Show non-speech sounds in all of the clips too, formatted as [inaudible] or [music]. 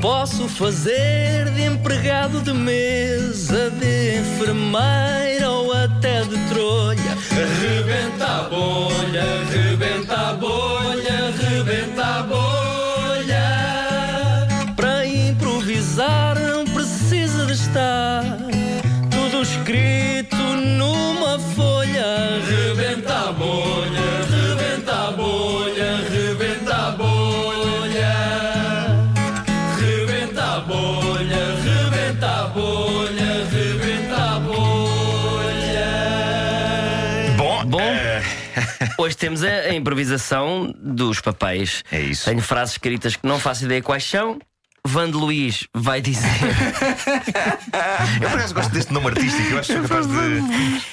Posso fazer de empregado de mesa, de enfermeira ou até de trolha. Rebenta a bolha, rebenta a bolha, rebenta a bolha. Para improvisar não precisa de estar tudo escrito numa folha. Rebenta a bolha, rebenta a bolha, rebenta a bolha. Rebenta a bolha, rebenta a bolha, rebenta a bolha. Bom, Bom, eh, hoje temos a, a improvisação dos papéis. É isso. Tenho frases escritas que não faço ideia quais são. Vando Luís vai dizer. eu por acaso gosto deste nome artístico. Eu acho que sou capaz de, sou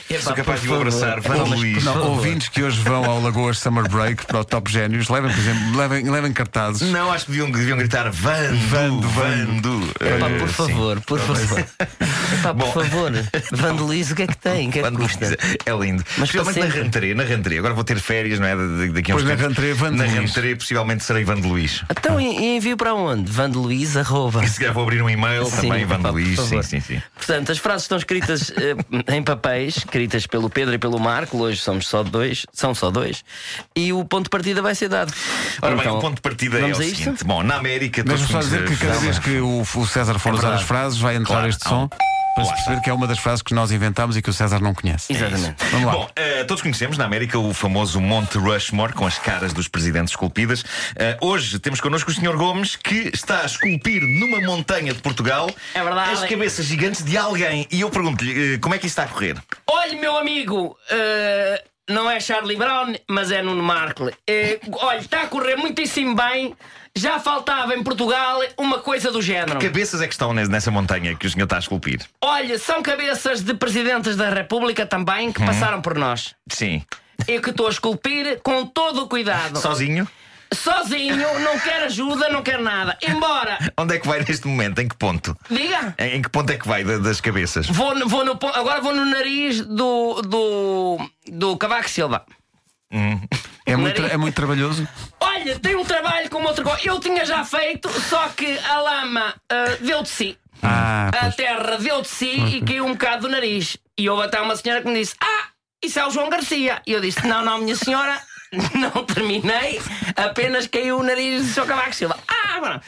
Epá, capaz de o por abraçar. favor. Vanda Não, mas- Luís. Por Não, favor. ouvintes que hoje vão ao Lagoas Summer Break para o Top Génios, levem, por exemplo, levem, levem cartazes. Não, acho que deviam, deviam gritar Vando, [laughs] Vando. Epá, Eh, por sim. favor, por favor. Epá, Bom. por favor. Vando Luís, o que é que tem? O que é que Quando custa? quiser. É lindo. Mas Principalmente para na sempre. rentrée, na rentrée. Agora vou ter férias, não é? Da- da- Daqui a uns Pois, na tempos. rentrée, Vando Na Luís. rentrée, possivelmente serei Vando Luís. Então, e e envio para onde? Vando Luís, arroba. Se calhar vou abrir um e-mail Sim, também, epá, Vando por Luís. Sim, favor. sim, sim. Portanto, as frases estão escritas eh, em papéis, escritas pelo Pedro e pelo Marco. Hoje somos só dois, são só dois. E o ponto de partida vai ser dado. Ora bem, Então, o ponto de partida é o vamos a isto? seguinte. Bom, na América, todos Deixa-me só dizer que conhecemos- cada vez que o, o César for usar verdade. as frases, vai entrar Claro, este há um- som para se Lá está. perceber que é uma das frases que nós inventámos e que o César não conhece. Exatamente. Vamos lá. Bom, eh, todos conhecemos na América o famoso Monte Rushmore com as caras dos presidentes esculpidas. Eh, hoje temos connosco o Sr. Gomes que está a esculpir numa montanha de Portugal É verdade. as cabeças gigantes de alguém. E eu pergunto-lhe eh, como é que isso está a correr? Olha, meu amigo, eh, não é Charlie Brown, mas é Nuno Markle. Eh, olha, está a correr muitíssimo bem. Já faltava em Portugal uma coisa do género. Cabeças é que estão ne- nessa montanha que o senhor está a esculpir? Olha, são cabeças de presidentes da República também que passaram por nós. Sim. Eu que estou a esculpir com todo o cuidado. Sozinho? Sozinho, não quero ajuda, não quero nada. Embora, Onde é que vai neste momento? Em que ponto? diga. Em em que ponto é que vai da- das cabeças? Vou, no- vou no, pon- agora vou no nariz do, do, do Cavaco Silva. é, muito, nariz- é muito trabalhoso. Olha, tem um trabalho como outro. co- Eu tinha já feito, só que a lama ah, deu de si. Ah, A pois. terra deu de si e caiu um bocado do nariz. E houve até uma senhora que me disse: Ah, isso é o João Garcia. E eu disse: Não, não, minha senhora, [laughs] não terminei, apenas caiu o nariz do Sr. Cavaco Silva. Ah, mano.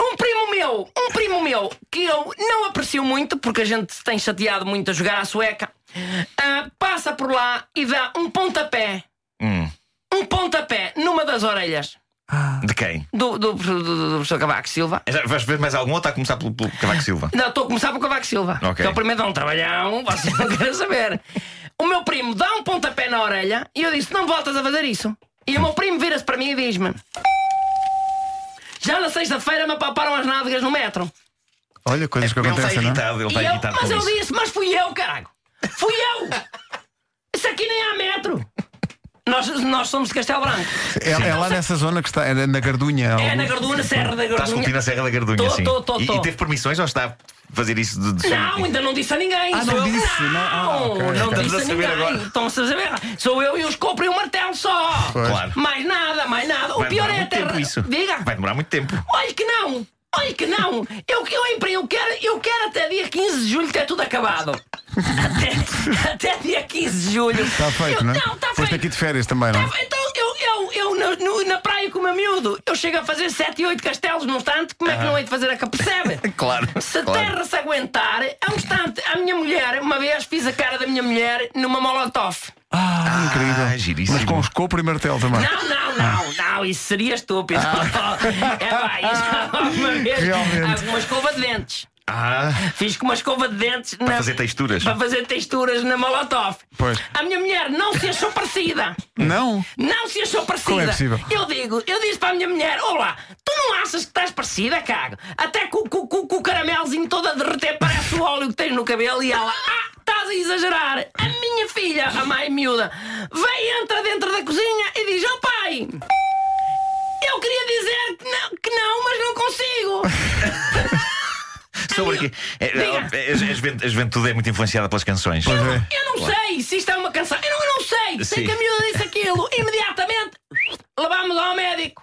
Um primo meu, um primo meu, que eu não aprecio muito, porque a gente se tem chateado muito a jogar à sueca, ah, passa por lá e dá um pontapé, Hum, um pontapé numa das orelhas De quem? do, do, do, do- do professor Cavaco Silva. Já Vais ver mais algum ou está a começar pelo, pelo Cavaco Silva? Não, estou a começar pelo Cavaco Silva. Ok. Que é o primeiro dá um trabalhão, [laughs] vocês não querem saber. O meu primo dá um pontapé na orelha e eu disse: Não voltas a fazer isso. E o meu primo vira-se para mim e diz-me: Já na sexta-feira me apalparam as nádegas no metro. Olha, coisas que ele está acontecem, não é? irritado, ele E está eu- irritado mas com eu isso. disse: Mas fui eu, caralho. Fui eu! Isso aqui nem há metro. Nós, nós somos de Castelo Branco. É, é lá nessa zona que está, é na Gardunha. É na alguns- Garduna, Serra da Está a esculpir Garduna. na Serra da Gardunha, Tô, sim. tô, tô, e, tô. e teve permissões ou está a fazer isso de, de Não, então, ainda não disse a ninguém. Ah, Sou não eu- disse, não. Ah, Não, ok, não ok. disse a Estamos a saber agora. ninguém. Estão-se a saber. Sou eu e os compro e um martelo só. Claro. Mais nada, mais nada. O Vai pior demorar é a muito tempo terra. isso. Diga. Vai demorar muito tempo. [laughs] Olha que não. Olha que não. Eu, eu, empre- eu, quero, eu quero até dia 15 de julho ter tudo acabado. [laughs] até, até dia 15 de julho. Está feito, eu, não é? Não, está Foste feito. aqui de férias também, não é? Tá, Então, eu, eu, eu na, no- na praia com o meu miúdo, eu chego a fazer 7 e 8 castelos num instante, como é que não hei de fazer a capa? [laughs] Percebe? Claro, Se a claro. terra se aguentar, há um instante, a minha mulher, uma vez fiz a cara da minha mulher numa molotov. Ah, Ah, incrível. giríssimo. Mas com os copos e martelo também. Não, não, não, não, isso seria estúpido. [laughs] É pá, isso alguma vez. Realmente. Ah, Uma escova de dentes. Ah, Fiz com uma escova de dentes para fazer texturas. Para fazer texturas na molotov. Pois. A minha mulher não se achou parecida. Não? Não se achou parecida. Como é possível? Eu digo, eu disse para a minha mulher: Olá, tu não achas que estás parecida, cago? Até com, com, com, com o caramelzinho todo a derreter, parece o óleo que tens no cabelo. E ela: Ah, estás a exagerar. A minha filha, a mãe miúda, vem, entra dentro da cozinha e diz: Oh pai, eu queria dizer que não, que não mas não consigo. Sobre aqui. É, Diga. é, é, A juven- a juventude é muito influenciada pelas canções. Pois é. Eu não sei se isto é uma canção. Eu não, eu não sei. Sei Sim. que a miúda disse aquilo. Imediatamente levámos ao médico.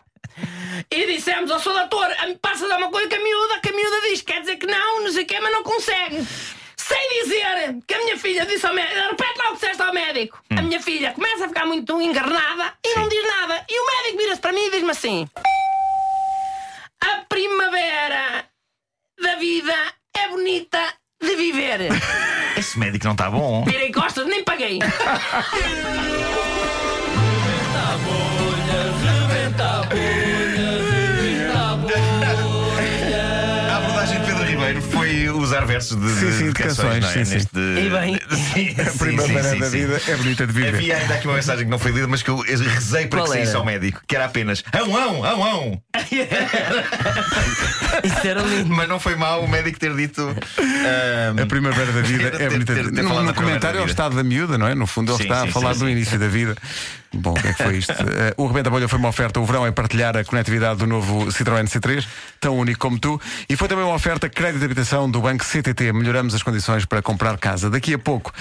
E dissemos ao seu doutor: "Ah, passa a dar uma coisa que a miúda, que a miúda diz, quer dizer que não, não sei o quê, mas não consegue. Sem dizer que a minha filha disse ao médico, repete lá o que disseste ao médico. A minha filha começa a ficar muito encarnada e não diz nada. E o médico vira-se para mim e diz-me assim: A primavera da vida é bonita de viver. Esse médico não está bom. Virei costas, nem paguei. A abordagem de Pedro Ribeiro foi usar versos de, Sim, de- sim, de de canções, canções, não é? sim, sim. Neste... E bem. [laughs] Sim, sim, A primavera sim, sim, da sim. vida é bonita de viver. Havia ainda aqui uma mensagem que não foi lida, mas que eu rezei para Qual que saísse era? ao médico, que era apenas ão, ão, ão, ão. Isso era lindo. Mas não foi mal o médico ter dito. um, A ahm, primavera da [laughs] vida Ter- é bonita. ter- ter de- falado no da primavera no comentário da é o vida. estado da miúda, não é? No fundo, ele Sim, está sim, a falar sim, do sim. início da vida. Bom, o que é [laughs] que foi isto? Eh, o Rebenta Bolha foi uma oferta. O verão é partilhar a conectividade do novo Citroën C3, tão único como tu. E foi também uma oferta crédito de habitação do Banco CTT. Melhoramos as condições para comprar casa. Daqui a pouco,